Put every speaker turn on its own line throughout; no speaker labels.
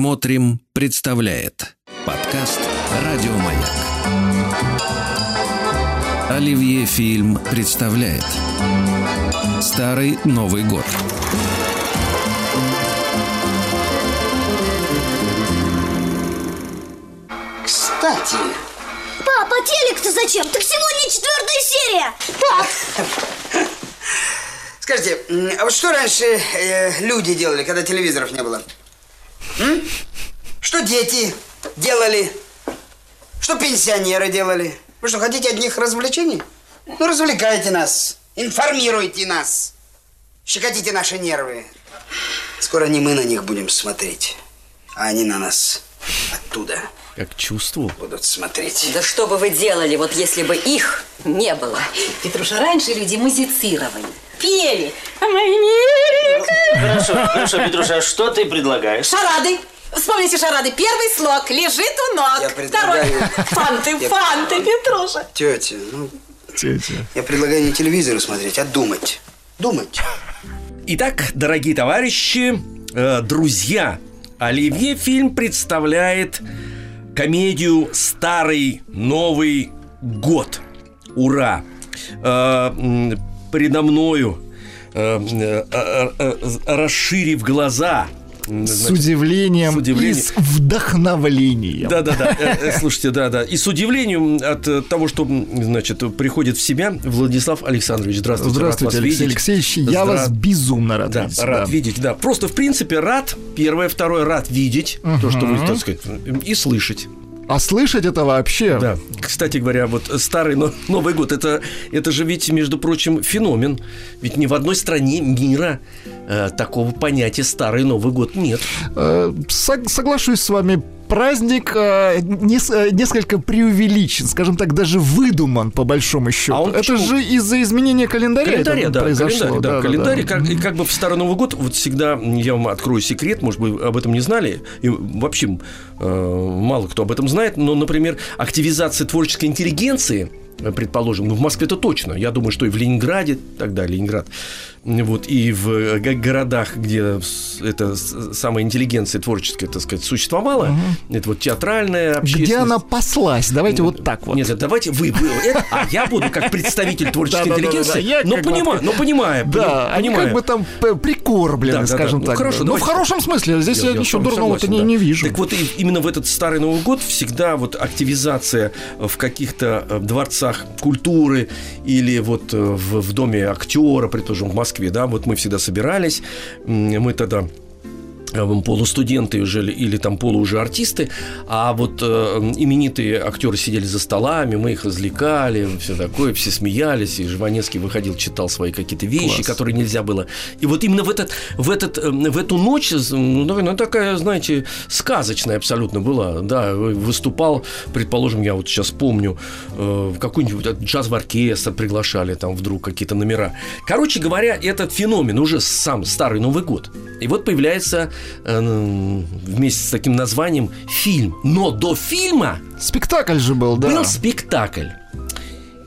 Смотрим, представляет подкаст Радиомаяк. Оливье фильм представляет Старый Новый год.
Кстати,
Папа, телек-то зачем? Так сегодня четвертая серия. Так.
скажите, м, а вот что раньше э, люди делали, когда телевизоров не было? М? Что дети делали? Что пенсионеры делали? Вы что, хотите одних развлечений? Ну, развлекайте нас, информируйте нас, щекотите наши нервы. Скоро не мы на них будем смотреть, а они на нас оттуда
Как чувству.
будут смотреть.
Да что бы вы делали, вот если бы их не было? Петруша, раньше люди музицировали, пели.
Хорошо, хорошо, Петруша, а что ты предлагаешь?
Шарады. Вспомните шарады. Первый слог лежит у ног.
Я предлагаю-
Второй. Фанты,
Я-
фанты, Петруша.
Тетя, ну, я предлагаю не телевизоры смотреть, а думать. Думать.
Итак, дорогие товарищи, э, друзья, Оливье фильм представляет комедию «Старый Новый год». Ура! Э, м, Предо мною, э, э, э, э, расширив глаза, м,
С
значит,
удивлением,
с удивлением.
и с вдохновлением.
Да, да, да. Э, э, Слушайте, да, да. И с удивлением от э, того, что, м, значит, приходит в себя Владислав Александрович. Здравствуйте. рад
Здравствуйте,
вас
Алексей
видеть.
Алексеевич. Я
Здра-
вас безумно рад
Да,
видеть.
рад
да.
видеть, да. Просто, в принципе, рад. Первое, второе, рад видеть то, что вы, так сказать, и слышать.
А слышать это вообще?
Да. Кстати говоря, вот старый но- Новый год, это, это же ведь, между прочим, феномен. Ведь ни в одной стране мира э, такого понятия старый Новый год нет.
Э, сог- соглашусь с вами. Праздник э, нес- э, несколько преувеличен, скажем так, даже выдуман по большому счету.
А он
это
почему?
же из-за изменения календаря, это
да,
произошло.
календарь, да,
Да-да-да.
календарь, Как, и как бы в Старый Новый год, вот всегда, м, я вам открою секрет, может быть, вы об этом не знали, и вообще э, мало кто об этом знает, но, например, активизация творческой интеллигенции, э, предположим, ну, в Москве это точно, я думаю, что и в Ленинграде, тогда Ленинград, м, вот, и в э, г- городах, где с- эта с- самая интеллигенция творческая, так сказать, существовала, это вот театральная общественность.
Где она послась? Давайте вот так вот.
Нет, нет, давайте вы, вы это, а я буду как представитель творческой
Да-да-да-да-да, я
интеллигенции, но
как бы-
понимаю, но понимая,
Да, они как бы там п- прикормлены,
Да, да, да.
скажем
Ну,
так.
хорошо,
ну, в
давайте.
хорошем смысле, здесь я,
Я- я с
ничего
вами
дурного-то
согласен,
не,
да.
не вижу.
Так вот, и- именно в этот Старый Новый год всегда вот активизация э, в каких-то э, дворцах культуры или вот э, в, в доме актера, предположим, в Москве, да, вот мы всегда собирались, м, мы тогда э, м, полустуденты уже ли- или там полу уже артисты, а вот э, м, именитые актеры сидели за столами, мы их развлекали, все такое, все смеялись, и Жванецкий выходил, читал свои какие-то вещи, которые нельзя было. И вот именно в этот, в этот, э, в эту ночь, э, ну, да, она такая, знаете, сказочная абсолютно была, да, вы- выступал, предположим, я вот сейчас помню, э, в какой-нибудь э, джазовый оркестр приглашали там вдруг какие-то номера. Короче говоря, этот феномен уже сам старый Новый год. И вот появляется э, м, вместе с таким названием фильм. Но до фильма
Спектакль же был, да.
был спектакль.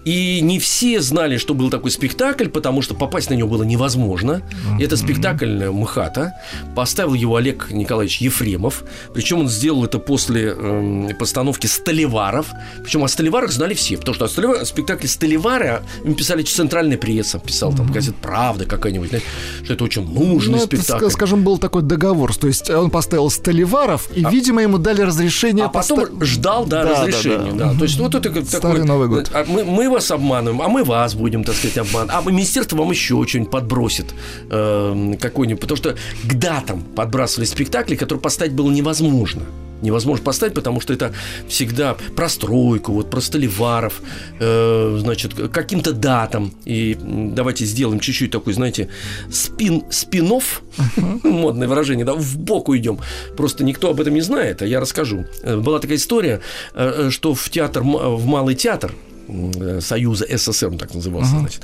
И не все знали, что был такой спектакль, потому что попасть на него было невозможно. Это спектакль э, МХАТа. Поставил его Олег Николаевич Ефремов. Причем он сделал это после эм, постановки «Столеваров». Причем о «Столеварах» знали все, потому что о «Столева- спектакль «Столевары» им писали центральная пресса, писал там газет «Правда» какая-нибудь, знаете, что это очень нужный
Ну, это,
спектакль.
ска- скажем, был такой договор, то есть э, он поставил Столиваров, и, видимо, ему дали разрешение...
А потом
поста-
ждал, да,
Да, да,
разрешения.
да.
Да, То есть вот это как
Старый
такой,
Новый год.
а Мы, мы вас обманываем, а мы вас будем, так сказать, обманывать. А министерство вам еще что-нибудь подбросит эм, какой-нибудь. Потому что к датам подбрасывали спектакли, которые поставить было невозможно. Невозможно поставить, потому что это всегда про стройку, вот про Столиваров, э, значит, к каким-то датам. И м, давайте сделаем чуть-чуть такой, знаете, спин, спинов, модное выражение, да, в бок уйдем. Просто никто об этом не знает, а я расскажу. Э, Была такая история, э, э, что в театр, М- в Малый театр м, э, Союза СССР, он так назывался, значит,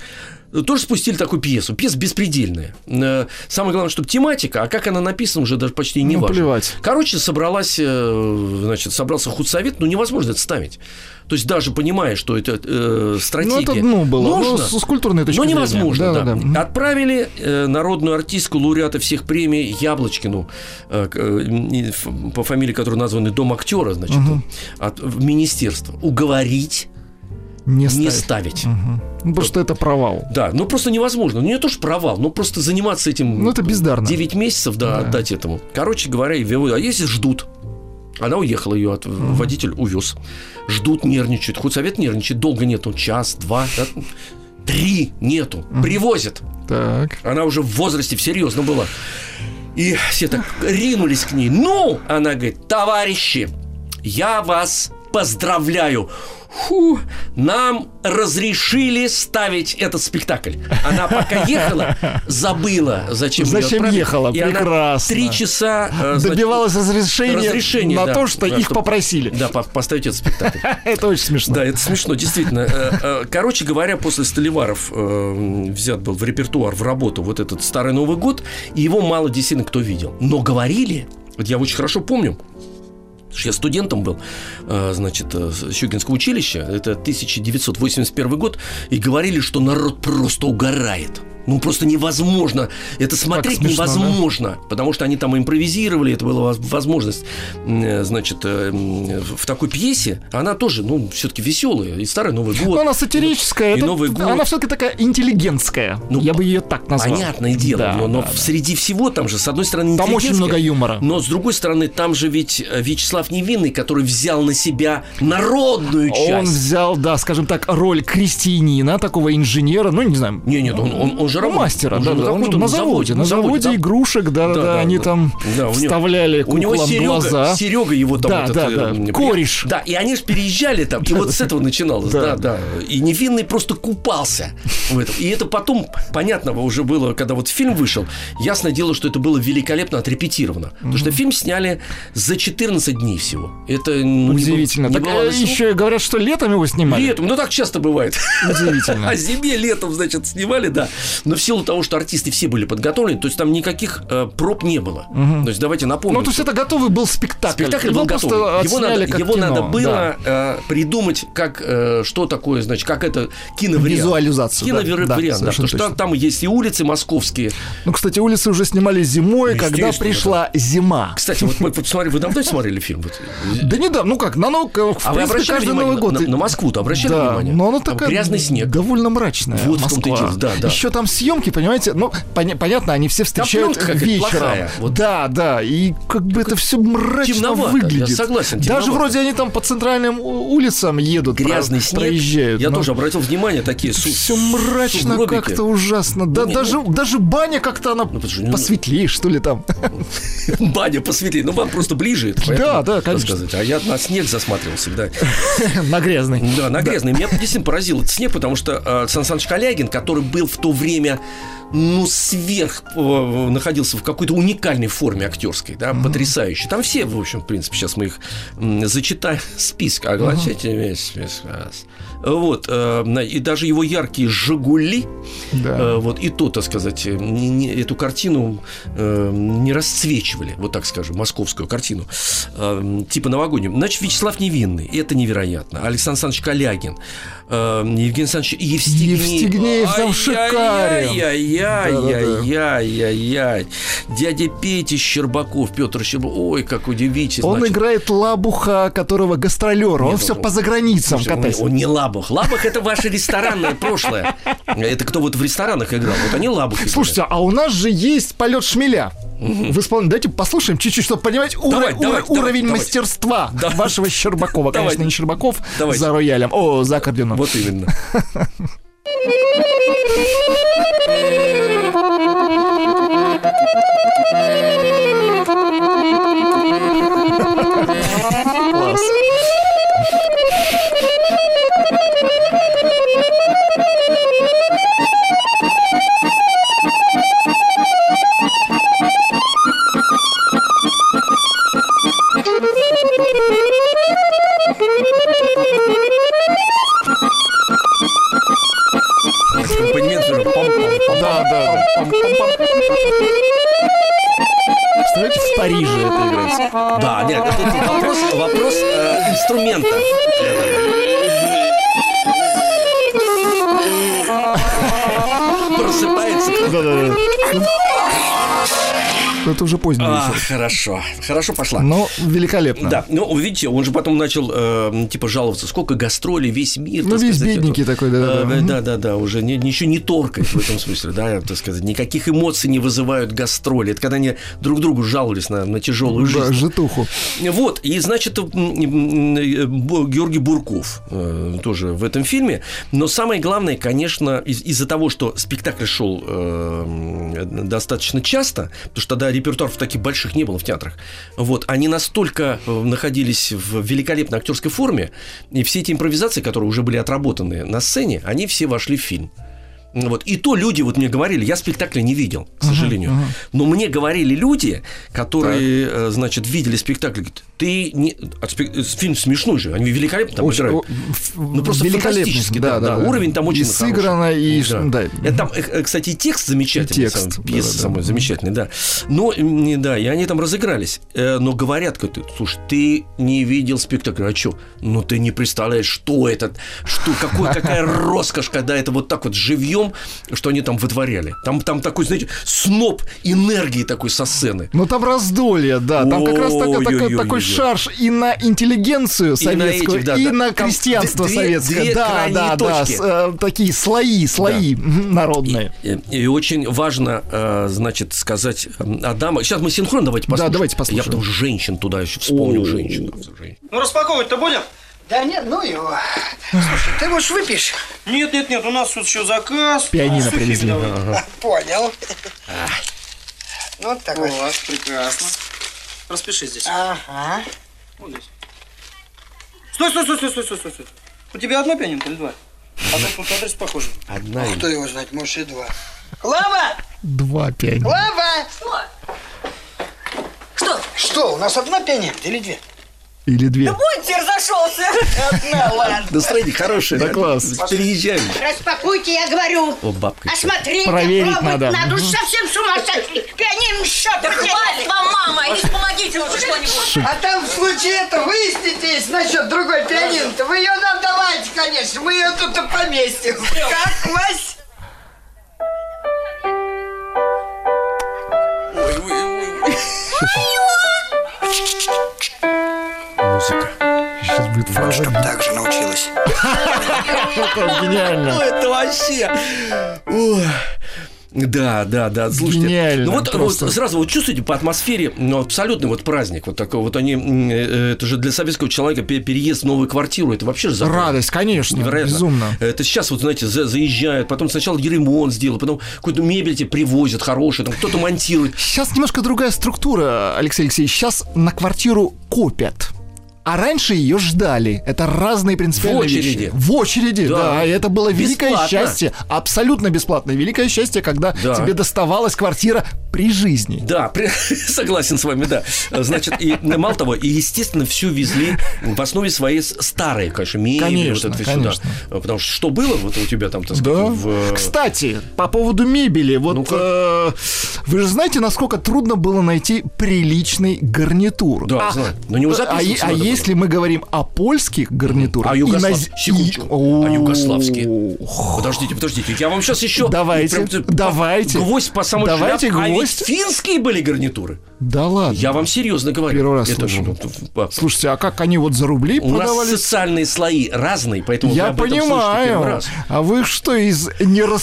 тоже спустили такую пьесу. Пьеса беспредельная. Э, Самое главное, чтобы тематика, а как она написана, уже даже почти не
Ну,
важно.
плевать.
Короче, собралась, э, значит, собрался худсовет, ну, невозможно это ставить. То есть даже понимая, что это э, стратегия...
это дно было, ну,
нужно,
с- с культурной точки
но
зрения.
невозможно, да.
Да-да-да. Мгм.
Отправили э, народную артистку, лауреата всех премий Яблочкину, э, к- э, и ф- по фамилии которой названы Дом актера, значит, от- в министерство, уговорить
Не
не
ставить.
ставить.
Ну, потому что это провал.
Да, ну просто невозможно. Ну, не тоже провал, но просто заниматься этим...
Ну, это бездарно.
9 месяцев, да,
Да.
отдать этому. Короче говоря, и вел- а если ждут? Она уехала, ее от... водитель увез. Ждут, нервничают. Худсовет нервничает, долго нету. Час, два, да, три нету. Привозят.
Так.
Она уже в возрасте серьезно была. И все так ринулись к ней. Ну, она говорит, товарищи, я вас поздравляю. Фу, нам разрешили ставить этот спектакль. Она пока ехала, забыла, зачем её
Зачем
отправили.
ехала?
И она
Прекрасно.
три часа э, значит,
Добивалась разрешения,
разрешения,
на
да,
то, что
да,
их
чтоб-
попросили.
Да, по- поставить этот спектакль.
Это очень смешно.
Да, это смешно, действительно. Э, э, Короче говоря, после Столиваров э, взят был в репертуар, в работу вот этот Старый Новый год, и его мало действительно кто видел. Но говорили, вот я очень хорошо помню, потому что я студентом был, э, значит, э, с Щукинского училища, это 1981 год, и говорили, что народ просто угорает. Ну, просто невозможно. Это смотреть
смешно, да?
невозможно можно, потому что они там импровизировали, это была воз- возможность, м, э, значит, э, м, в такой пьесе, она тоже, ну, все-таки веселая, и старый Новый год.
Но Ну, она сатирическая,
И
это-
Новый год.
она все-таки такая интеллигентская.
Ну,
я бы ее так назвал.
Понятное дело,
Да,
но, но
да,
в-
да.
среди всего там же, с одной стороны,
Там очень
интеллигентское,
много юмора.
Но с другой стороны, там же ведь э, Вячеслав Невинный, который взял на себя народную часть.
Он взял, да, скажем так, роль крестьянина, такого инженера, ну, не знаю.
Не, нет, он, он, он же
ну,
работал.
мастера,
он же
да, да, он
работал
на заводе, на заводе,
там-
игрушек, да,
Да,
да, да,
да,
они
да.
там
Да, у него-
вставляли
У него
куклам
Серега,
глаза.
Серега его там...
Да,
этот,
да,
э,
да.
м,
Кореш.
Да, и они же переезжали там, и вот с этого начиналось, да,
Да.
да. И невинный просто купался в этом. И это потом, понятно, уже было, когда вот фильм вышел, ясное дело, что это было великолепно отрепетировано. Потому что фильм сняли за 14 дней всего. Это ну, не быв-
Удивительно.
не
так
бывало
э, еще и говорят, что летом его снимали.
Летом, ну так часто бывает.
Удивительно.
А зиме, летом, значит, снимали, да. Но в силу того, что артисты все были подготовлены, то есть там никаких э, проб не было. То есть давайте напомним.
Ну, то есть
что
это готовый был спектакль.
Спектакль
Его
был
просто
готов. Его,
отсняли
надо,
как
его
кино,
надо было
да.
э, придумать, как э, что такое, значит, как это киновариант.
Визуализацию, да.
Киновариант,
Да,
да, потому
совершенно
что там, там есть и улицы московские.
Ну, кстати, улицы уже снимали зимой,
Ну,
когда
естественно,
пришла зима.
Кстати, вот мы посмотрели, вы давно смотрели фильм? Вот?
Да не да, ну как, на ну, в
А вы
принципе,
обращали
каждый
внимание
Новый год.
на, на- на Москву-то? Обращали
да,
внимание?
но она
Там
такая
грязный снег.
довольно мрачная
Вот в том-то и
Москва.
дело, да, да.
Еще там съемки, понимаете, ну поня- понятно, они все встречают
пленка какая-то
вечером.
плохая, вот.
Да, да, и как бы это все мрачно
темновато,
выглядит.
я согласен,
Даже
темновато.
вроде они там по центральным у- улицам едут,
Грязный
про-
снег.
проезжают.
Я
но
тоже обратил внимание, такие су-
Все мрачно
сугробики.
как-то ужасно. Да,
не,
даже, даже баня как-то она
подожди, ну-
посветлее, что ли, там.
Баня посветлее. Ну, вам просто ближе это,
Да, да,
так
конечно.
сказать. А я на снег засматривался, да.
На грязный.
Да, на грязный. Меня действительно поразил этот снег, потому что э, Сан Саныч Калягин, который был в то время ну, сверх э, находился в какой-то уникальной форме актерской, да, потрясающей. Там все, в общем, в принципе, сейчас мы их м, зачитаем список, огласите весь список. Вот, э, на- и даже его яркие «Жигули»,
Да.
э, вот, и то, так сказать, э, не- не- эту картину э, не расцвечивали, вот так скажем, московскую картину, э, типа новогоднюю. Значит, Вячеслав Невинный, это невероятно. Александр Александрович Калягин, э, Евгений Александрович Евстигнеев.
Евстигнеев там шикарен.
Ай-яй-яй-яй-яй-яй. Дядя Петя Щербаков, Петр Щербаков. Ой, как удивительно.
Он
Значит,
играет лабуха, которого гастролер. Он все
ну,
по заграницам
Слушай, он-
катается.
Он, не лабух. Лабух это ваше ресторанное прошлое. Это кто вот в ресторанах играл? Вот они лабух. играли.
Слушайте, а у нас же есть полет шмеля. Вы исполн- Давайте послушаем чуть-чуть, чтобы понимать ура-
Давай,
ура-
давай, давай,
уровень
давай.
мастерства
Да.
вашего Щербакова.
Давай.
Конечно, не Щербаков
Давай.
за роялем. О, за аккордеоном.
Вот именно.
Класс.
Аккомпанемент. Да, нет, это тут вопрос, вопрос э, инструмента. Просыпается кто-то.
Да-да-да. Это уже поздний
А,
вечер.
хорошо, хорошо пошла.
Но великолепно.
Да, ну, вы видите, он же потом начал, э, типа, жаловаться, сколько гастролей, весь мир.
Ну,
так
весь
сказать,
бедненький
это-
такой, да-да-да.
Э,
Мгм.
Да-да-да, уже не- ничего не торкает в этом смысле, да, так сказать, никаких эмоций не вызывают гастроли. Это когда они друг другу жаловались на, на тяжелую
Да,
жизнь.
житуху.
Вот, и значит, м, м, э, Бу- Георгий Бурков э, тоже в этом фильме. Но самое главное, конечно, из- из-за того, что спектакль шел э, м, достаточно часто, потому что тогда репертуаров таких больших не было в театрах, вот, они настолько э, находились в великолепной актерской форме, и все эти импровизации, которые уже были отработаны на сцене, они все вошли в фильм. Ну Вот. И то люди вот мне говорили, я спектакля не видел, к сожалению. Но мне говорили люди, которые, э, значит, видели спектакль, говорят, ты не... а спе- э, Фильм смешной же, они великолепно там
Очень-
играют.
о, ф-
Ну, просто
великолепно.
фантастически, да, да, Уровень там очень
И сыграно,
хороший.
и... ш- Да.
Это там, э, э, кстати, и текст замечательный.
И текст,
сам, пьеса
да-да-да.
самой замечательный, да. Но, м, не, да, и они там разыгрались. Э, Но говорят, как ты, слушай, ты не видел спектакль, а что? Ну, ты не представляешь, что это, что, какой, какая роскошь, когда это вот так вот живьем, что они там вытворяли. Там, там такой, знаете, сноп энергии такой со сцены.
Ну там раздолье, да. Там как раз так- так-
Ой-ой-ой-ой-ой.
такой шарж и на интеллигенцию
И на
советскую,
этих, да,
и
да.
на
Там
крестьянство
д- две-
советское.
две
Да, да,
крайние
да.
точки.
с, э, Такие слои, слои мгм, народные.
И, и очень важно, э, значит, сказать э, о дамах. Сейчас мы синхрон давайте послушаем.
давайте послушаем.
Я потому что женщин туда еще вспомнил женщин.
Ну, распаковывать-то будем?
Да нет, ну его. Слушай, ты, может, выпьешь?
Нет, нет, нет, у нас тут еще заказ.
Пианино
Сухими
привезли.
давай.
Понял. Ну, вот так вот.
Вот, прекрасно. Распиши здесь.
Ага.
Вот здесь. Стой, стой, стой, стой, стой, стой, стой, стой. У тебя одна пианинка или два? А то тут адрес похожий.
Одна
Кто его знает, может, и два. Клава!
Два пианино.
Клава!
Что?
Что, у нас одна пианинка или две?
Или две.
Понтер зашелся.
Одна, ладно.
Настроение хорошее.
Да класс.
Переезжаем.
Распакуйте, я говорю.
О, бабка.
Осмотрите,
Проверить
пробовать
надо.
надо. Уж совсем с ума сошли. Пианино еще
Да хватит вам, мама, или помогите лучше что-нибудь.
А там в случае это выяснитесь насчет другой пианинки. Вы ее нам давайте, конечно. Мы ее тут и поместим. Как, Вась?
Музыка.
Сейчас будет фраза.
Так же научилась.
Это гениально.
это вообще... Ох. Да, да, да, слушайте.
Гениально
ну вот, вот
просто.
сразу вот чувствуете по атмосфере, ну, абсолютный вот праздник, вот такой вот они, м, э, это же для советского человека пе- переезд в новую квартиру, это вообще же забавно.
Радость, конечно.
Невероятно.
Безумно.
Это сейчас, вот знаете, за- заезжают, потом сначала ремонт сделал, потом какую-то мебель тебе привозят хорошую, там кто-то монтирует.
Сейчас немножко другая структура, Алексей Алексеевич. Сейчас на квартиру копят. А раньше ее ждали. Это разные принципиальные
В очереди.
вещи. В очереди, да.
Да.
И это было великое
Бесплатно.
счастье. Абсолютно бесплатное. Великое счастье, когда
Да.
тебе доставалась квартира при жизни.
Да, при- согласен с вами, да. Значит, и мало того, и, естественно, всю везли в основе своей с- старые, конечно, мебель,
Конечно,
вот это всё, да.
конечно.
Потому что что было вот у тебя там, так сказать,
Да.
в... э,
Кстати, по поводу мебели. Вот э, вы же знаете, насколько трудно было найти приличный гарнитур.
Да,
а,
знаю. Но Ну, не у
а е-
записываться
а
надо было.
если мы говорим о польских гарнитурах...
А
и
югослав-
на зе- и-
секундочку. А югославские?
Ох.
Подождите, подождите, я вам сейчас еще...
Давайте, давайте.
Гвоздь по самой
Давайте
шляпке. А
гвоздь.
ведь финские были гарнитуры.
Да ладно.
Я вам серьезно говорю.
Первый раз
Это
слышу.
ж- ну,
Слушайте, а как они вот за рубли
У нас
продавались?
социальные слои разные, поэтому вы
Я
об этом слышите первый
понимаю.
раз.
А вы что, из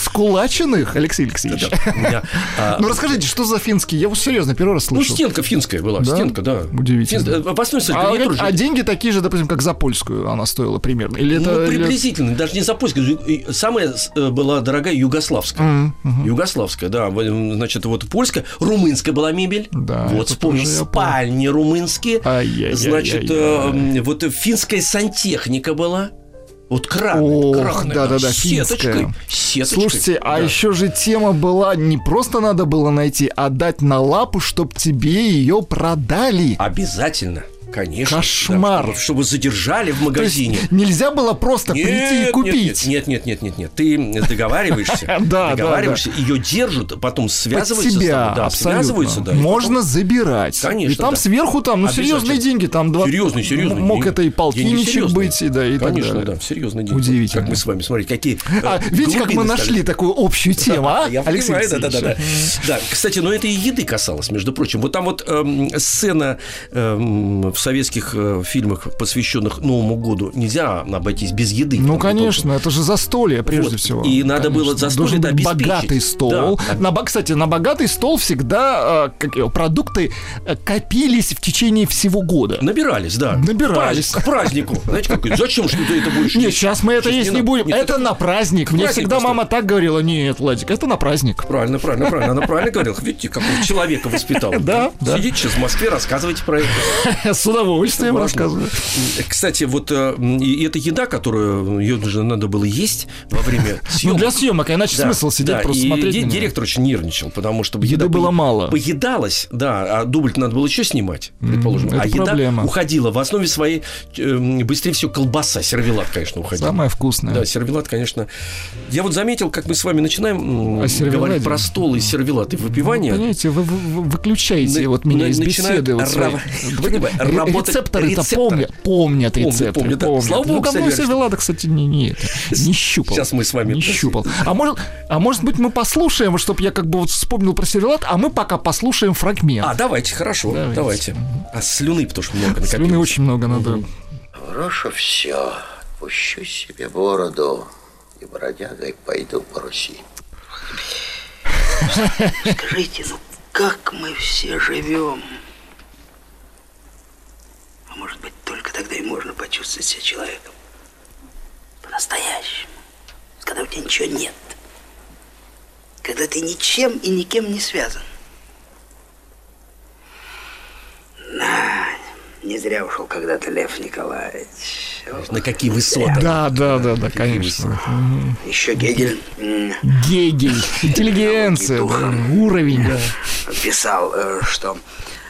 нераскулаченных, Алексей Алексеевич?
У меня, а,
Ну расскажите, что за финский? Я вот серьезно, первый раз
Ну,
слышу.
стенка финская была.
Да?
Стенка, да.
Удивительно.
Финс- э, В основе своей
А,
гарнитура
а
же-
деньги такие же, допустим, как за польскую она стоила примерно? Или
Ну,
это... или-
приблизительно, даже не за поиск. И Самая с- э, была дорогая югославская. Югославская, да. В- м, Значит, вот польская, румынская была мебель.
Да,
вот
это
вспомнил,
тоже я
спальни румынские.
Ай-яй-яй-яй-яй.
Значит, э, м, вот э, финская сантехника была. Вот краны,
Ох,
краны,
да-да-да,
с сеточкой,
финская.
с сеточкой.
Слушайте, а
Да.
еще же тема была, не просто надо было найти, а дать на лапу, чтоб тебе ее продали.
Обязательно. Конечно.
Кошмар.
да, чтобы- чтобы задержали в
То есть
магазине.
нельзя было просто прийти и
Нет,
купить.
Нет, нет, нет, нет, нет, нет. Ты договариваешься,
да,
договариваешься, ее держат, потом
Под
связываются. с
себя,
тобой, да,
абсолютно.
связываются, да. и
Можно забирать.
Конечно,
И там
да.
сверху, там, ну, серьезные
Обязательно.
деньги, там два...
Серьезный, серьезный.
Мог
деньги.
это и
Деньги
полтинничек
серьезные.
быть, и да, и
Конечно,
так далее.
да, серьезный деньги.
Удивительно.
Как мы с вами, смотрите, какие
А,
э,
видите, как мы
глубины
нашли
стали.
такую общую тему, а,
Я
Алексей
понимаю, да, да, да, да.
Алексеевич?
Да, кстати, но это и еды касалось, между прочим. Вот там вот эм, сцена эм, в советских э, фильмах, посвященных Новому году, нельзя обойтись без еды.
Ну,
Там,
конечно, это же застолье, прежде
Вот.
всего.
И надо
Конечно.
было застолье
Должен быть
обеспечить.
богатый стол.
Да.
На, бо- кстати, на богатый стол всегда э, как его, продукты э, копились в течение всего года.
Э, Набирались, да.
Набирались.
К празднику. Знаете, как говорят, зачем что ты это будешь
Нет,
есть?
сейчас мы это
Щас
есть не
надо.
будем.
Нет,
это на праздник. Мне
праздник
всегда
просто.
мама так говорила. Нет, Владик, это на праздник.
Правильно, правильно, правильно. Она правильно говорила. Видите, какого человека воспитала.
Да, да.
Сидите сейчас в Москве, рассказывайте про это.
С удовольствием
Важно.
рассказываю.
Кстати, вот э, м, и эта еда, которую ее же надо было есть во время
Ну,
съемок.
для съемок, а иначе
Да,
смысл сидеть
да,
просто
и
смотреть.
де-
на него.
директор очень нервничал, потому что
Еды
еда
было
пое-
мало.
Поедалась, да, а дубль надо было еще снимать, предположим.
это
а еда
проблема.
уходила в основе своей э, м, быстрее всего колбаса, сервелат, конечно, уходил.
Самое вкусное.
Да, сервелат, конечно. Я вот заметил, как мы с вами начинаем м,
О Ну, сервеладе.
говорить про стол и сервелат и выпивание.
Понимаете, вы, вы- вы выключаете
На-
вот меня
на-
из
начинают
беседы. Вот
ра-
своей.
понимаю,
Ре-
работать
Рецепторы-то
рецепторы.
помнят, помнят
Помнят,
рецепторы.
помнят, да. Слава богу,
Ну, давно
кстати,
сервелада, кстати, не, не, это, не щупал.
Сейчас мы с вами-
Не щупал. А может, а может быть, мы послушаем, чтобы я как бы вот вспомнил про сервелат, а мы пока послушаем фрагмент.
А, давайте, хорошо,
Давайте.
давайте. А слюны, потому что много накопилось.
Слюны очень много надо.
Брошу все, пущу себе бороду и бродягой пойду по Руси.
Скажите, ну как мы все живем? А может быть, только тогда и можно почувствовать себя человеком. По-настоящему. Когда у тебя ничего нет. Когда ты ничем и никем не связан. Да, не зря ушел когда-то Лев Николаевич. Ох,
На какие высоты.
Да, да, да, да, конечно.
Еще Гегель м,
Гегель, интеллигенция, да, уровень. да.
писал, э, что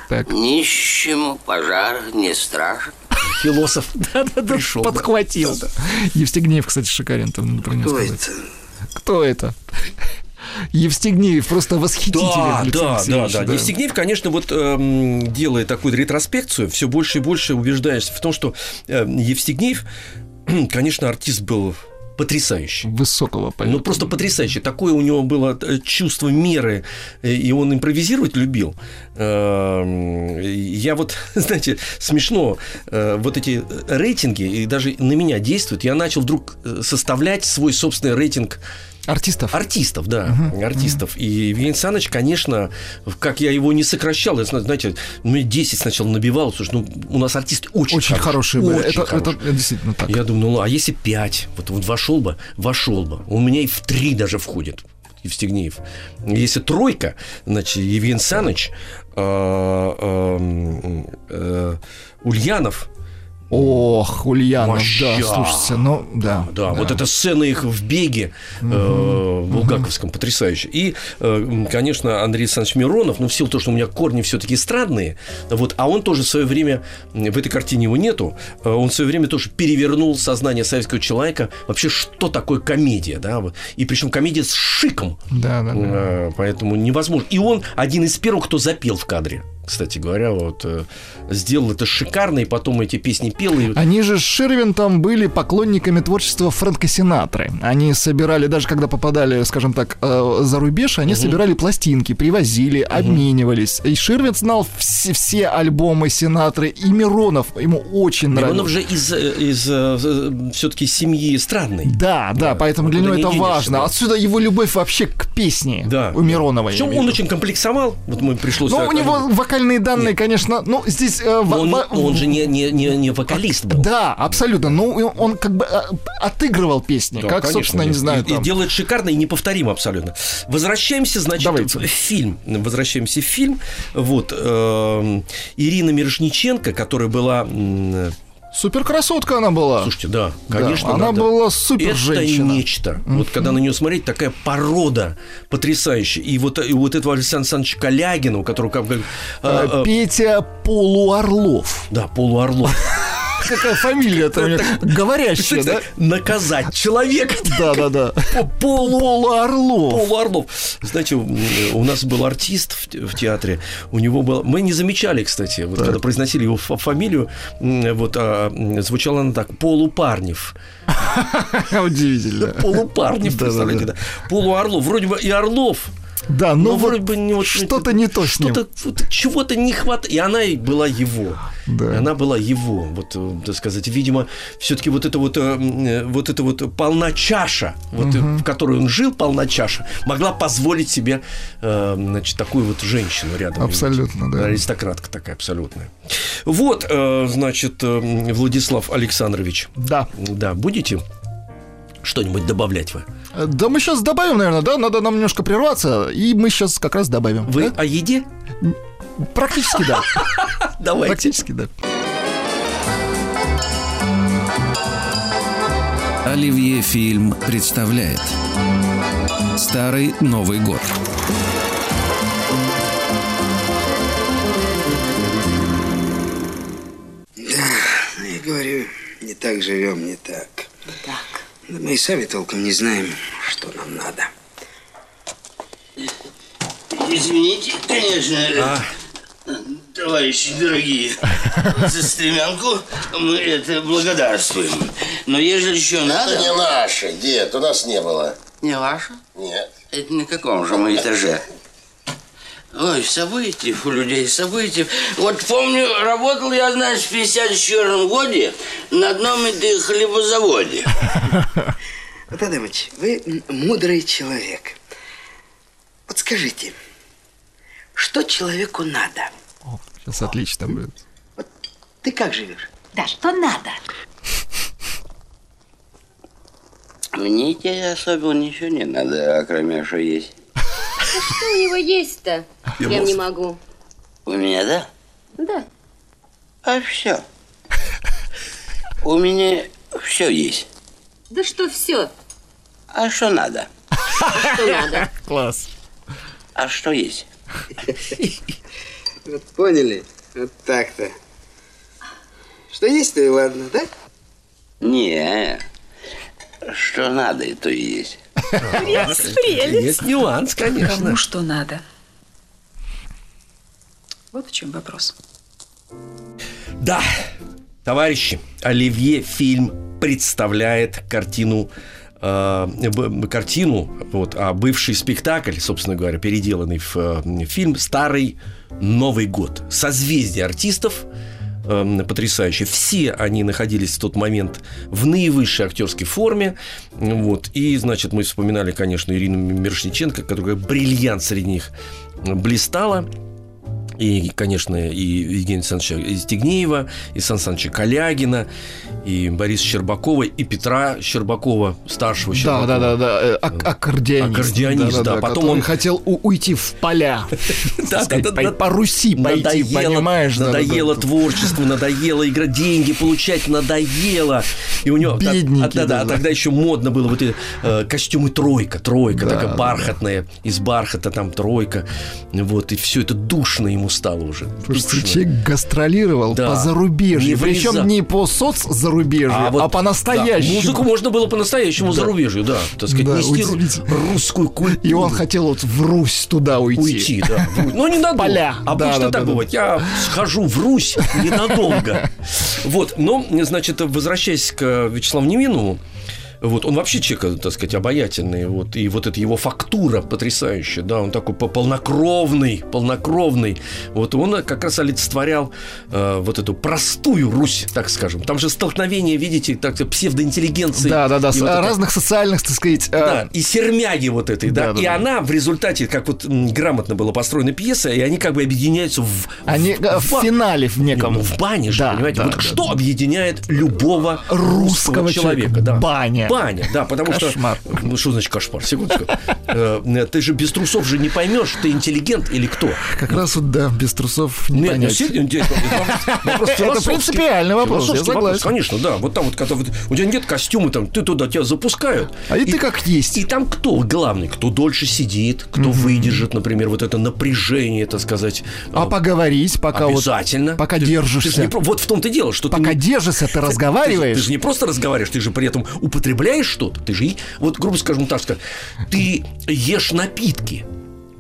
Так,
Нищему пожар не страшен.
Философ.
да,
Пришел, да.
подхватил. Евстигнеев, кстати, шикарен там, надо про него
кто
сказать.
это?
Кто это? Евстигнеев просто восхитителен.
Да,
Алексей
да, да,
Алексеевич,
да. Евстигнеев, конечно, вот эм, делая такую ретроспекцию, все больше и больше убеждаешься в том, что э, Евстигнеев, конечно, артист был потрясающий.
Высокого
Ну,
полета.
просто потрясающе. Такое у него было э, чувство меры, э, и он импровизировать любил. Эм, Я вот, знаете, смешно, э, вот эти рейтинги, и даже на меня действуют, я начал вдруг э, составлять свой собственный рейтинг А,
Артистов.
Артистов, да, артистов. И Евгений Саныч, конечно, как я его не сокращал, я, зна- знаете, ну, я 10 сначала набивал, слушай, ну, у нас артисты очень,
Очень
хорошие,
хорошие были.
очень
Это, это
хорошие.
действительно так.
Я думаю, ну, а если 5? Вот, вот вошел бы, вошел бы. У меня и в 3 даже входит. Евстигнеев. Если тройка, значит, Евгений Саныч, э, э, э, Ульянов,
Ох, Ульянов,
Моща.
да, слушайте, ну, да.
Да, вот эта сцена их в беге э, в Булгаковском потрясающе. И, э, м, конечно, Андрей Александрович Миронов, ну, в силу того, что у меня корни все-таки эстрадные, вот, а он тоже в свое время, м, в этой картине его нету, э, он в свое время тоже перевернул сознание советского человека, вообще, что такое комедия, да, вот. и причем комедия с шиком,
Да, да, да.
Э, поэтому невозможно. И он один из первых, кто запел в кадре. Кстати говоря, вот э, сделал это шикарно, и потом эти песни пел. И...
Они же с Ширвинтом были поклонниками творчества Фрэнка Синатры. Они собирали, даже когда попадали, скажем так, э, за рубеж, они собирали пластинки, привозили, обменивались. И Ширвинт знал все, все альбомы Синатры, и Миронов ему очень нравился.
Миронов же из, э, из все-таки семьи странной.
Да, да, поэтому для
куда
него
не
это
денешься,
важно.
да.
Отсюда его любовь вообще к песне
Да.
у Миронова. я
Причем
имею в
он
виду.
очень комплексовал. Вот мы пришлось.
Но у него вокальные данные, конечно, ну здесь... э, во-
он,
во-
он же не, не, не, не вокалист был.
Да, абсолютно. Ну, и он как бы э, отыгрывал песни,
Да,
как,
конечно,
собственно, не
нет.
знаю,
И- И,
там.
делает шикарно и неповторимо абсолютно. Возвращаемся, значит,
Давайте.
в фильм. Возвращаемся в фильм. Вот эм, Ирина Мирошниченко, которая была м,
Суперкрасотка она была.
Слушайте, да,
А? Да,
конечно,
она
надо.
была супер
Это
женщина.
нечто. Вот когда на нее смотреть, такая порода потрясающая. И вот, и вот этого Александра Александровича Калягина, у которого как бы... э, э,
Петя Полуорлов.
да, полуорлов.
Какая фамилия-то у него? Говорящая, да?
Представляете, наказать человека
Да, да, да. Полуорлов.
Полуорлов. Знаете, у- у нас был артист в те- в театре, у него было... Мы не замечали, кстати, вот когда произносили его фа- фамилию, м, вот а, м, звучала она так, Полупарнев.
Удивительно.
Полупарнев,
Да-да-да.
представляете, да. Полуорлов. Вроде бы и Орлов, но
Да, но Ну вот
Ну, вроде бы не вот
что-то не то с ним.
что-то вот чего-то не хватает. И она и была его.
Да.
И Она была его, вот, э, так сказать, видимо, все-таки вот это вот, э, м, э, вот это вот полна чаша, вот, э, в которой он жил, полна чаша, могла позволить себе, э, значит, такую вот женщину рядом.
Абсолютно,
иметь.
да.
Аристократка такая абсолютная. Вот, э, значит, э, м, Владислав Александрович,
Да.
да, будете что-нибудь добавлять вы?
Э, Да мы сейчас добавим, наверное, да? Надо нам немножко прерваться, и мы сейчас как раз добавим.
Вы
Да?
о еде?
Практически да.
Давайте.
Практически да.
Оливье Фильм представляет Старый Новый год
Ну, Я говорю, не так живем, не так.
Так.
Да мы и сами толком не знаем, что нам надо.
Извините, конечно, товарищи дорогие, за стремянку мы это благодарствуем. Но ежели еще
Это не
надо...
наше, дед, у нас не было.
Не ваше?
Нет.
Это на каком же мы этаже? Ой, событий у людей, событий. Вот помню, работал я, значит, в 54 годе на одном и хлебозаводе.
Вот, Адамыч, вы м, мудрый человек. Вот скажите, что человеку надо?
О, Сейчас отлично будет.
Ты как живешь?
Да, что надо?
Мне тебе особенно ничего не надо, а кроме что есть.
Что у него есть-то? Я не могу.
У меня, да?
Да.
А все. У меня все есть.
Да что все?
А что надо?
Что надо?
Класс.
А что есть?
Вот поняли? Вот так-то. Что есть, то и ладно, да?
Не, что надо, это и есть.
Есть нюанс, конечно.
Кому что надо? Вот в чем вопрос.
Да, товарищи, Оливье фильм представляет картину э, б- картину, вот, а бывший спектакль, собственно говоря, переделанный в э, фильм «Старый Новый год». Созвездие артистов э, потрясающе. Все они находились в тот момент в наивысшей актерской форме. Вот. И, значит, мы вспоминали, конечно, Ирину Мирошниченко, которая как бриллиант среди них блистала. И, конечно, и Евгения Александровича Стегнеева, и Сан Саныча Калягина, и Бориса Щербакова, и Петра Щербакова, старшего
Да,
Щербакова.
да, да, да. э, ак- Аккордеонист.
Аккордеонист, да, потом
который
он-
хотел у- уйти в поля.
Да,
так сказать,
да, да,
по-
да.
По Руси пойти, понимаешь? да, да, да.
надоело творчество, надоело играть, деньги получать надоело. И у него...
Бедненький,
а, да, да,
да,
а
да.
тогда еще модно было вот эти э, костюмы тройка, тройка,
Да,
такая
да,
бархатная, из бархата там тройка. Вот, и все это душно ему стало уже.
Слушайте,
душно.
человек гастролировал
Да.
по
Не
зарубежью.
вреза-
Причем не по соцзарубежью, а,
вот,
по
да,
настоящему.
музыку можно было по-настоящему зарубежью, да. Так сказать,
Да,
нести ру-
удивительно.
русскую культуру.
И он хотел вот в Русь туда уйти.
Уйти, да. в Русь. Ну, ненадолго.
Поля. Да,
Обычно
да,
так
да, да.
бывает. Я схожу в Русь ненадолго. Вот. Но, значит, возвращаясь к Вячеславу Неминову, вот, он вообще человек, так сказать, обаятельный. Вот, и вот эта его фактура потрясающая, да, он такой по- полнокровный, полнокровный. Вот он как раз олицетворял э, вот эту простую Русь, так скажем. Там же столкновение, видите, так сказать, псевдоинтеллигенции.
Да, да, да.
и
с-
вот это-
разных социальных, так сказать, э,
да, и сермяги вот этой, да.
Да, да,
и
да.
она в результате, как вот м, грамотно была построена пьеса, и они как бы объединяются в...
Они э, в
ба-
финале в
Не,
неком.
ну, в бане же,
Да,
понимаете?
да,
вот
да.
что объединяет любого
Русского
человека?
человека.
да.
Баня.
баня, да, потому
Кошмар.
что... Ну, что значит кошмар? Секундочку. Э, Ты же без трусов же не поймешь, ты интеллигент или кто.
Как раз вот, да, без трусов не
Нет, ну,
понять.
серьезно, здесь вопрос
Это
философский.
принципиальный вопрос, я
Философский вопрос,
согласен.
Конечно, да. Вот там вот, когда вот у тебя нет костюма, там ты туда тебя запускают.
А и ты как есть.
И там кто главный? Кто дольше сидит, кто выдержит, например, вот это напряжение, так сказать.
А
э,
поговорить, пока вот...
Обязательно.
Пока
Ты-
держишься.
ты же не про- вот в том-то и дело, что ты
Пока
не-
держишься, ты
ты же
разговариваешь.
не просто разговариваешь, ты же при этом употребляешь что-то. Ты же, и- вот грубо скажем так, сказать, ты ешь напитки.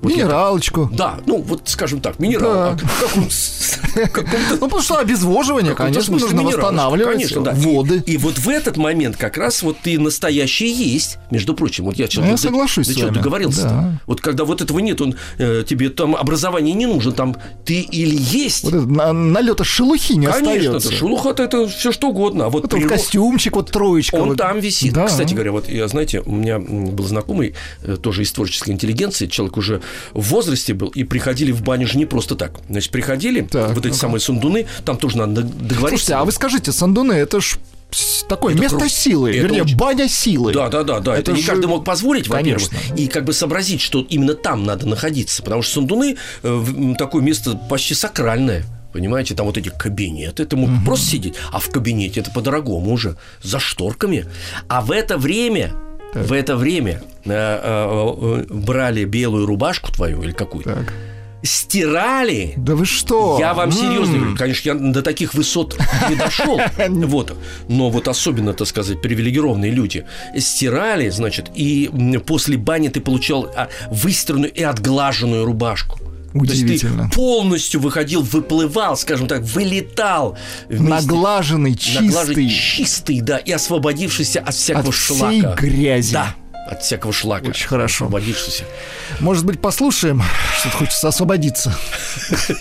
Вот я-
Минералочку.
Да, ну вот скажем так, минерал.
Да.
а в каком с- в каком-то-
Ну, потому что обезвоживание,
в каком-то
конечно,
смысле
нужно
минералочка,
восстанавливать
конечно, да.
воды.
И вот в этот момент как раз вот ты настоящий есть, между прочим. Вот я сейчас...
Ну, Я соглашусь
До
с
чего
вами.
договорился
Да.
Вот когда вот этого нет, он э, тебе там образование не нужен, там ты или есть...
Вот это на- налета шелухи не
Конечно,
остается.
это шелуха-то это все что угодно. А вот
Это вот
природ-
костюмчик, вот троечка.
он
вот.
там висит.
Да.
Кстати говоря, вот я, знаете, у меня м, был знакомый, э, тоже из творческой интеллигенции, человек уже в возрасте был, и приходили в баню же не просто так. Значит, приходили,
Так,
вот эти
ну-ка.
самые сундуны, там тоже надо д- договориться.
Слушайте, а вы скажите, Сандуны, это ж с- такое место
круто.
силы,
Это
вернее,
очень-
баня силы.
Да, да, да, да. Это,
Это
не
же-
каждый мог позволить, во-первых.
Конечно.
И как бы сообразить, что именно там надо находиться. Потому что сундуны э, в- м, такое место почти сакральное. Понимаете, там вот эти кабинеты, ты мог просто сидеть, а в кабинете это по-дорогому уже, за шторками. А в это время, в это время э, э, э, брали белую рубашку твою или какую-то,
Так.
стирали,
Да вы что? М-м,
я вам
М,
серьезно говорю, конечно, я до таких высот не дошел. Вот. Но вот особенно, так сказать, привилегированные люди стирали, значит, и м, после бани ты получал а, выстиранную и отглаженную рубашку. То есть
Удивительно.
ты полностью выходил, выплывал, скажем так, вылетал. вместе-
Наглаженный,
наглаженный,
чистый.
чистый, да, и освободившийся от всякого
От
шлака.
всей грязи.
Да, от всякого шлака.
Очень хорошо.
Освободившийся.
Может быть, послушаем? Что-то хочется освободиться.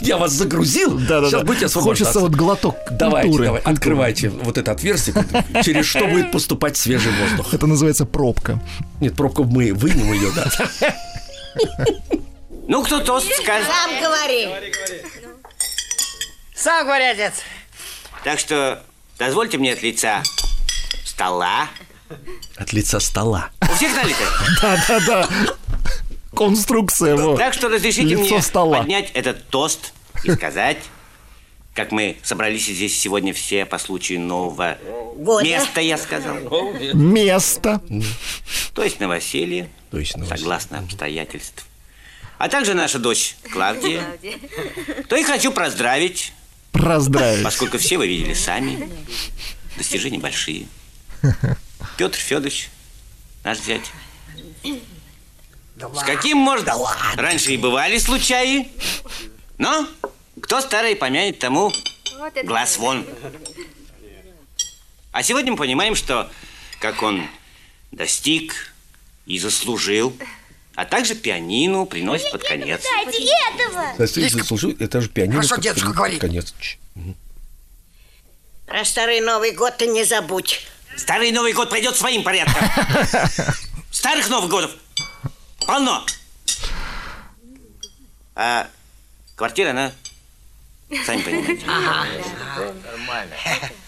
Я вас загрузил, сейчас будете освобождаться.
Хочется вот глоток
Давайте,
культуры.
давай, открывайте вот это отверстие, куда- через что будет поступать свежий воздух.
Это называется пробка.
Нет, пробку мы вынем ее, да.
Ну, кто тост скажет.
Сам говори.
Сам говори, отец. Так что дозвольте мне от лица стола.
От лица стола.
У всех налито.
Да-да-да. Конструкция его.
Так что разрешите
Лицо
мне
стола.
поднять этот тост и сказать, как мы собрались здесь сегодня все по случаю нового
Года.
места, я сказал.
Место.
То есть новоселье,
То есть, ну,
согласно обстоятельств. А также наша дочь Клавдия. То и хочу поздравить,
Раздравить.
поскольку все вы видели сами. Достижения большие. Петр Федорович, наш зять. С каким, может, раньше и бывали случаи, но кто старый помянет тому глаз вон. А сегодня мы понимаем, что как он достиг и заслужил, а также пианину приносит под конец.
Кстати, этого.
слушай, это же пианино.
Хорошо,
как-
дедушка, говори.
Конец. Ч-
Про старый Новый год ты не забудь.
Старый Новый год пройдет своим порядком. Старых Новых годов полно. А квартира, она... Сами понимаете.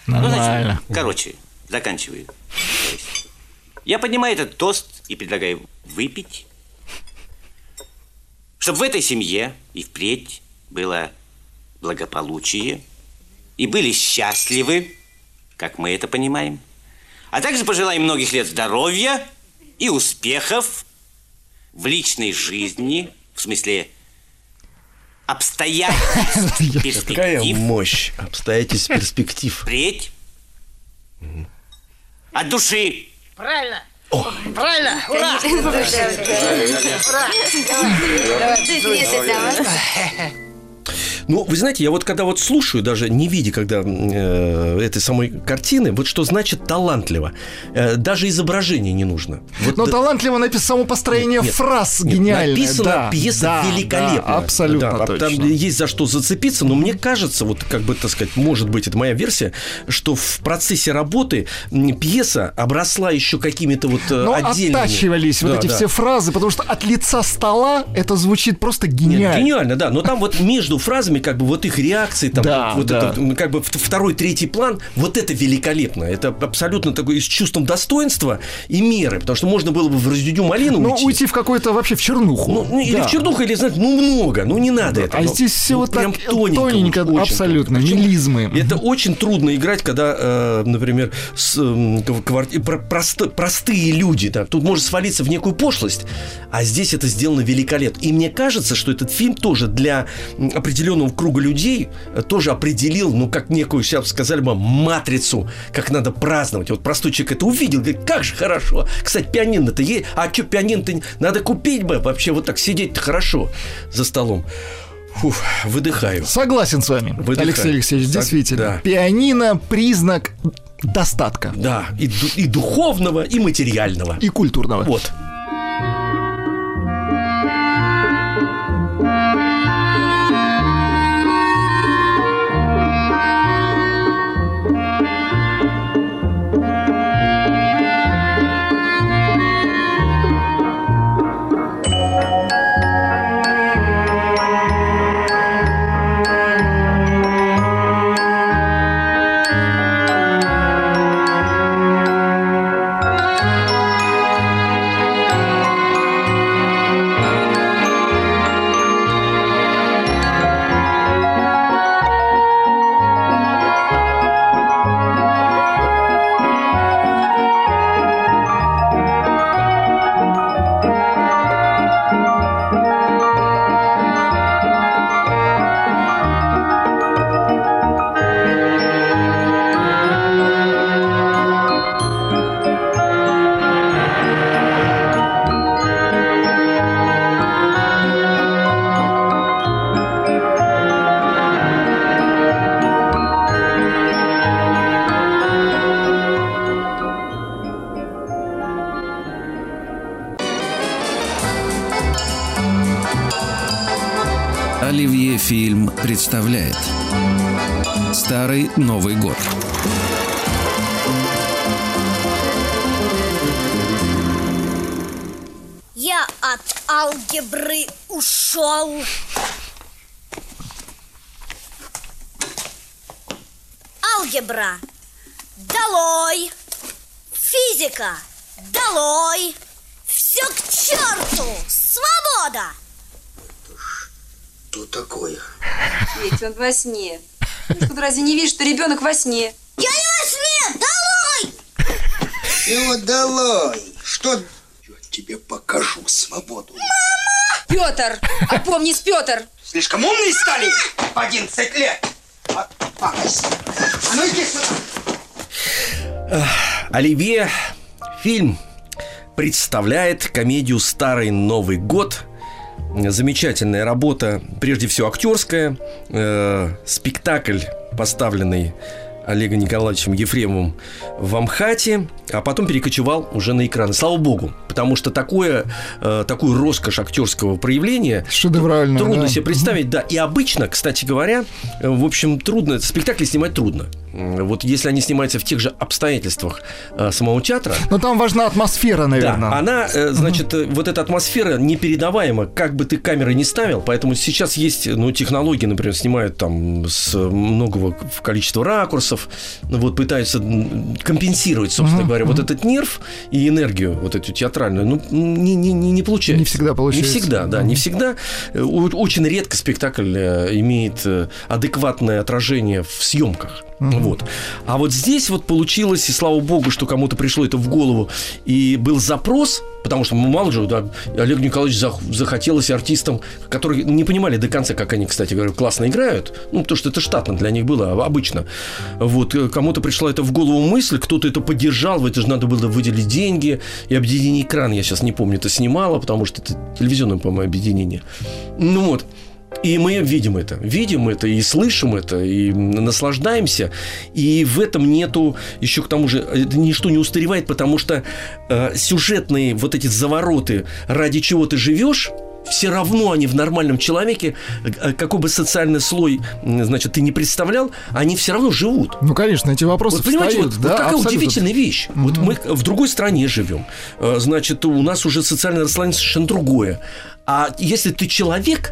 Нормально.
Ну, Короче, заканчиваю. Я поднимаю этот тост и предлагаю выпить, чтобы в этой семье и впредь было благополучие и были счастливы, как мы это понимаем. А также пожелаем многих лет здоровья и успехов в личной жизни, в смысле обстоятельств,
Какая
перспектив
мощь обстоятельств перспектив.
впредь от души.
Ну, вы знаете, я вот когда вот слушаю, даже не видя когда м, э, этой самой картины, вот что значит талантливо. Э, даже изображение не нужно. Вот
Ну,
Но
да-
талантливо написано само построение
Нет,
фраз
нет,
гениальное.
Написана
Да,
пьеса
да,
великолепная.
да, абсолютно
Да, а
точно.
Там есть за что зацепиться, но мне кажется, вот как бы, так сказать, может быть, это моя версия, что в процессе работы м, пьеса обросла еще какими-то вот э,
Но
отдельными...
оттачивались вот
Да,
эти
да.
все фразы, потому что от лица стола это звучит просто
Нет,
гениально.
гениально, да. Но там вот между фразами артистами, как бы вот их реакции, там,
Да,
вот
да.
это, ну, как бы в- второй, третий план, вот это великолепно. Это абсолютно такое и с чувством достоинства и меры, потому что можно было бы в раздюдю малину
Ну,
уйти.
уйти в какой-то вообще в чернуху.
Ну, ну, или
Да.
в чернуху, или, знаете, ну, много, ну, не надо этого.
А
Ну,
здесь все
ну,
вот
прям
так э, тоненько,
вот, очень
абсолютно,
тонко. Причем
мелизмы.
Это очень трудно играть, когда, э, например, с, эм, кв- квар- и про- прост- простые люди, да, тут может свалиться в некую пошлость, а здесь это сделано великолепно. И мне кажется, что этот фильм тоже для м, определенного круга людей э, тоже определил, ну, как некую, сейчас сказали бы, матрицу, как надо праздновать. Вот простой человек это увидел, говорит, как же хорошо. Кстати, пианино-то есть, а что пианино-то не- надо купить бы, вообще вот так сидеть-то хорошо за столом. Фух, выдыхаю.
Согласен с вами,
Выдыхаю.
Алексей Алексеевич,
Так,
действительно.
да.
Пианино признак достатка
Да, и, ду- и духовного, и материального.
и культурного.
Вот.
Оливье фильм представляет Старый Новый год.
Я от алгебры ушел. Алгебра. Долой. Физика. Долой. Все к черту. Свобода.
Что такое?
Ведь он во сне. Ну, что ты разве не видишь, что ребенок во сне?
Я не во сне. Долой.
Ну,
Чего долой? Что? Я тебе покажу свободу.
Петр! Опомнись, Петр!
Слишком умные стали в 11 лет. А, пакость. а ну иди сюда.
Оливье фильм представляет комедию «Старый Новый год». Замечательная работа, прежде всего актерская, э, спектакль, поставленный Олегом Николаевичем Ефремовым в Амхате, а потом перекочевал уже на экраны. Слава богу, потому что такое, э, такую роскошь актерского проявления
Шедеврально.
Трудно
Ну да.
себе представить, да. И обычно, кстати говоря, э, в общем, трудно, спектакли снимать трудно. М, Вот если они снимаются в тех же обстоятельствах э, самого театра,
Но Ну, там важна атмосфера,
да,
наверное.
она, э, значит, э, вот эта атмосфера непередаваема, как бы ты камеры не ставил, поэтому сейчас есть, ну, технологии, например, снимают там с многого к- количества ракурсов, ну, вот пытаются м, компенсировать, собственно
Мгм,
говоря, вот этот нерв и энергию вот эту театральную, ну, не, не, не, не получается.
Не всегда получается. Ну,
Не всегда, да, не всегда. Э, о- Очень редко спектакль э, имеет э, адекватное отражение в съемках. Вот. А вот здесь вот получилось, и слава богу, что кому-то пришло это в голову, и был запрос, потому что, ну, мало же, да, Олег Николаевич зах- захотелось артистам, которые не понимали до конца, как они, кстати говоря, классно играют, ну, потому что это штатно для них было а, обычно. Вот, э, кому-то пришла это в голову мысль, кто-то это поддержал, в это же надо было выделить деньги, и объединение экран, я сейчас не помню, это снимало, потому что это телевизионное, по-моему, объединение. Ну вот, и мы видим это, видим это, и слышим это, и наслаждаемся. И в этом нету, еще к тому же, э, это ничто не устаревает, потому что э, сюжетные вот эти завороты, ради чего ты живешь, все равно они в нормальном человеке, э, какой бы социальный слой, м, значит, ты не представлял, они все равно живут.
Ну, конечно, эти вопросы
Вот понимаете,
встают,
вот,
да,
вот какая
абсолютно.
удивительная вещь. Вот мы в другой стране живем. Э, Значит, у нас уже социальное расслоение совершенно другое. А если ты человек,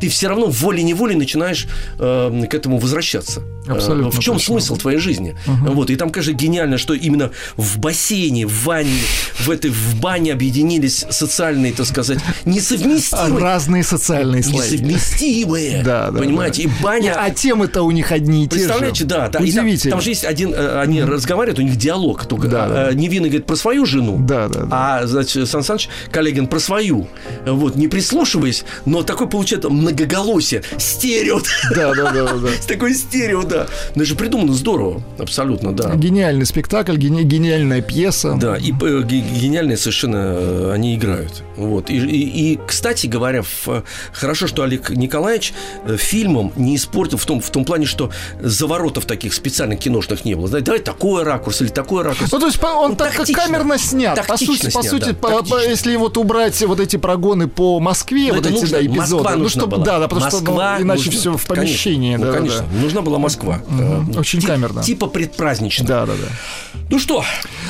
ты ты все равно волей-неволей начинаешь э, к этому возвращаться.
Абсолютно
Э, В чем
точно.
смысл твоей жизни?
Мгм.
Вот, и там, конечно, гениально, что именно в бассейне, в ванне, в этой в бане объединились социальные, так сказать, несовместимые.
А Разные социальные слои.
Несовместимые.
Да, да,
Понимаете?
да.
И баня...
А темы-то у них одни и те же.
Представляете, да. да. И там-
Удивительно.
Там, же есть один, э, они разговаривают, у них диалог. Только
Да, да.
э, Невинный говорит про свою жену,
Да, да, да.
а значит, Сан Саныч Калягин про свою. Вот, не прислушиваясь, но такой получает многоголосие. Стерео.
Да, да, да, да, да.
Такой стерео, да. Ну, это же придумано здорово. Абсолютно, да.
Гениальный спектакль, гени- гениальная пьеса.
Да, и э, ге- гениальные совершенно э, они играют. Вот. И, и- и, кстати говоря, ф- э, хорошо, что Олег Николаевич э, фильмом не испортил в том, в том плане, что заворотов таких специальных киношных не было. Знаете, давай такой ракурс или такой ракурс.
Ну, то есть по- он
Ну,
так
тактично.
камерно снят. по
Тактично
сути, по
снят,
сути
да,
по- по-
тактично.
если вот убрать вот эти прогоны по Москве,
Ну,
вот
это
эти
нужно.
да, эпизоды.
Москва
ну,
нужна
чтоб-
была.
Да, да, потому
Москва
что ну, иначе
нужна.
все в
Конечно.
помещении.
Ну,
да, да,
конечно.
да.
Нужна была Москва. Э,
Очень
ти-
камерно.
Типа предпразднично.
Да, да, да.
Ну что,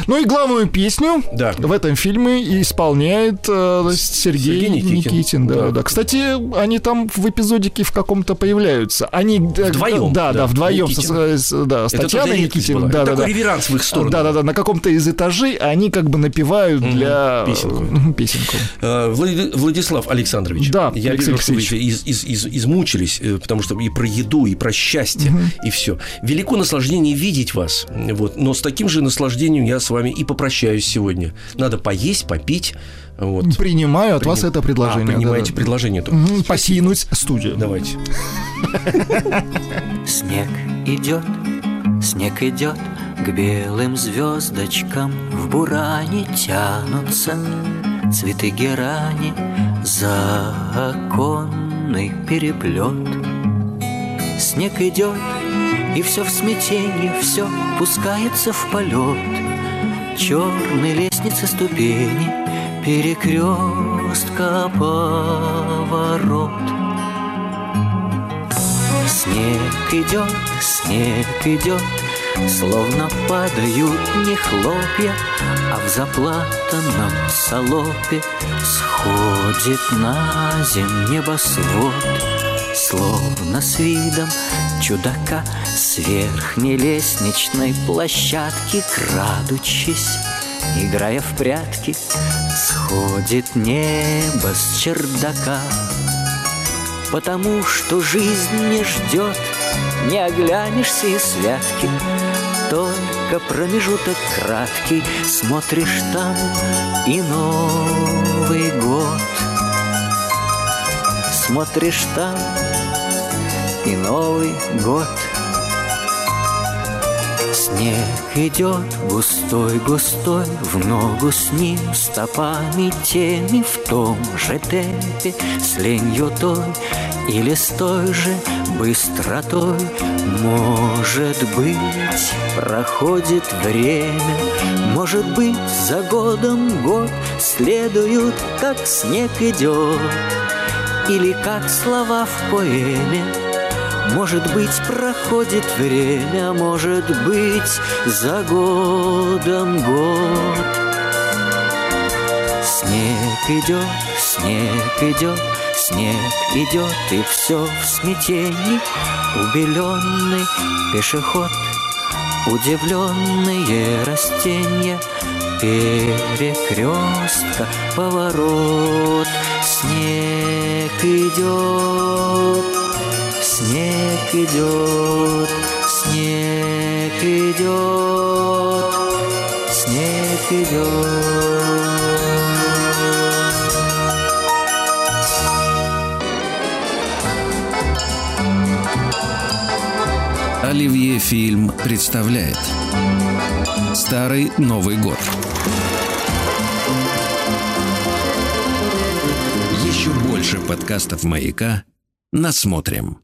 Ну и главную песню
Да.
в этом фильме и исполняет э, Сергей,
Сергей Никитин.
Никитин. да,
Да.
да. Кстати, они там в эпизодике в каком-то появляются. Они э,
Вдвоем,
Да,
да,
да, вдвоем.
Никитин.
Со, с- да, с
Это тоже
Татьяной
редкость была.
Никитиной. Да, да,
Такой
да.
реверанс в их сторону.
Да, да, да. На каком-то из этажей они как бы напевают для
песенку.
песенку.
Э, Влади- Владислав Александрович,
Да,
я
Алексей
вижу, что вы
Алексеевич.
из- из- из- измучились, э, потому что и про еду, и про счастье, и все. Велико наслаждение видеть вас, вот. Но с таким же наслаждением я с вами и попрощаюсь сегодня. Надо поесть, попить, вот.
Принимаю от вас
Приним-
это предложение.
А, принимаете
да, да.
предложение. то
Мгм, Покинуть студию.
Давайте.
Снег идет, снег идет К белым звездочкам в буране тянутся Цветы герани за оконный переплет Снег идет, и все в смятении, все пускается в полет Черной лестницы ступени, перекрестка поворот Снег идет, снег идет, Словно падают не хлопья, А в заплатанном салопе Сходит на земь небосвод. Словно с видом чудака С верхней лестничной площадки Крадучись, играя в прятки, Сходит небо с чердака. Потому что жизнь не ждет, не оглянешься и святки. Только промежуток краткий смотришь там и Новый год. Смотришь там и Новый год. Снег идет густой, густой, в ногу с ним стопами теми в том же темпе, с ленью той или с той же быстротой. Может быть, проходит время, может быть, за годом год следуют, как снег идет, или как слова в поэме. Может быть, проходит время, может быть, за годом год. Снег идет, снег идет, снег идет, и все в смятении. Убеленный пешеход, удивленные растения, перекрестка, поворот. Снег идет, снег идет, снег идет, снег идет.
Оливье Фильм представляет Старый Новый год Еще больше подкастов «Маяка» насмотрим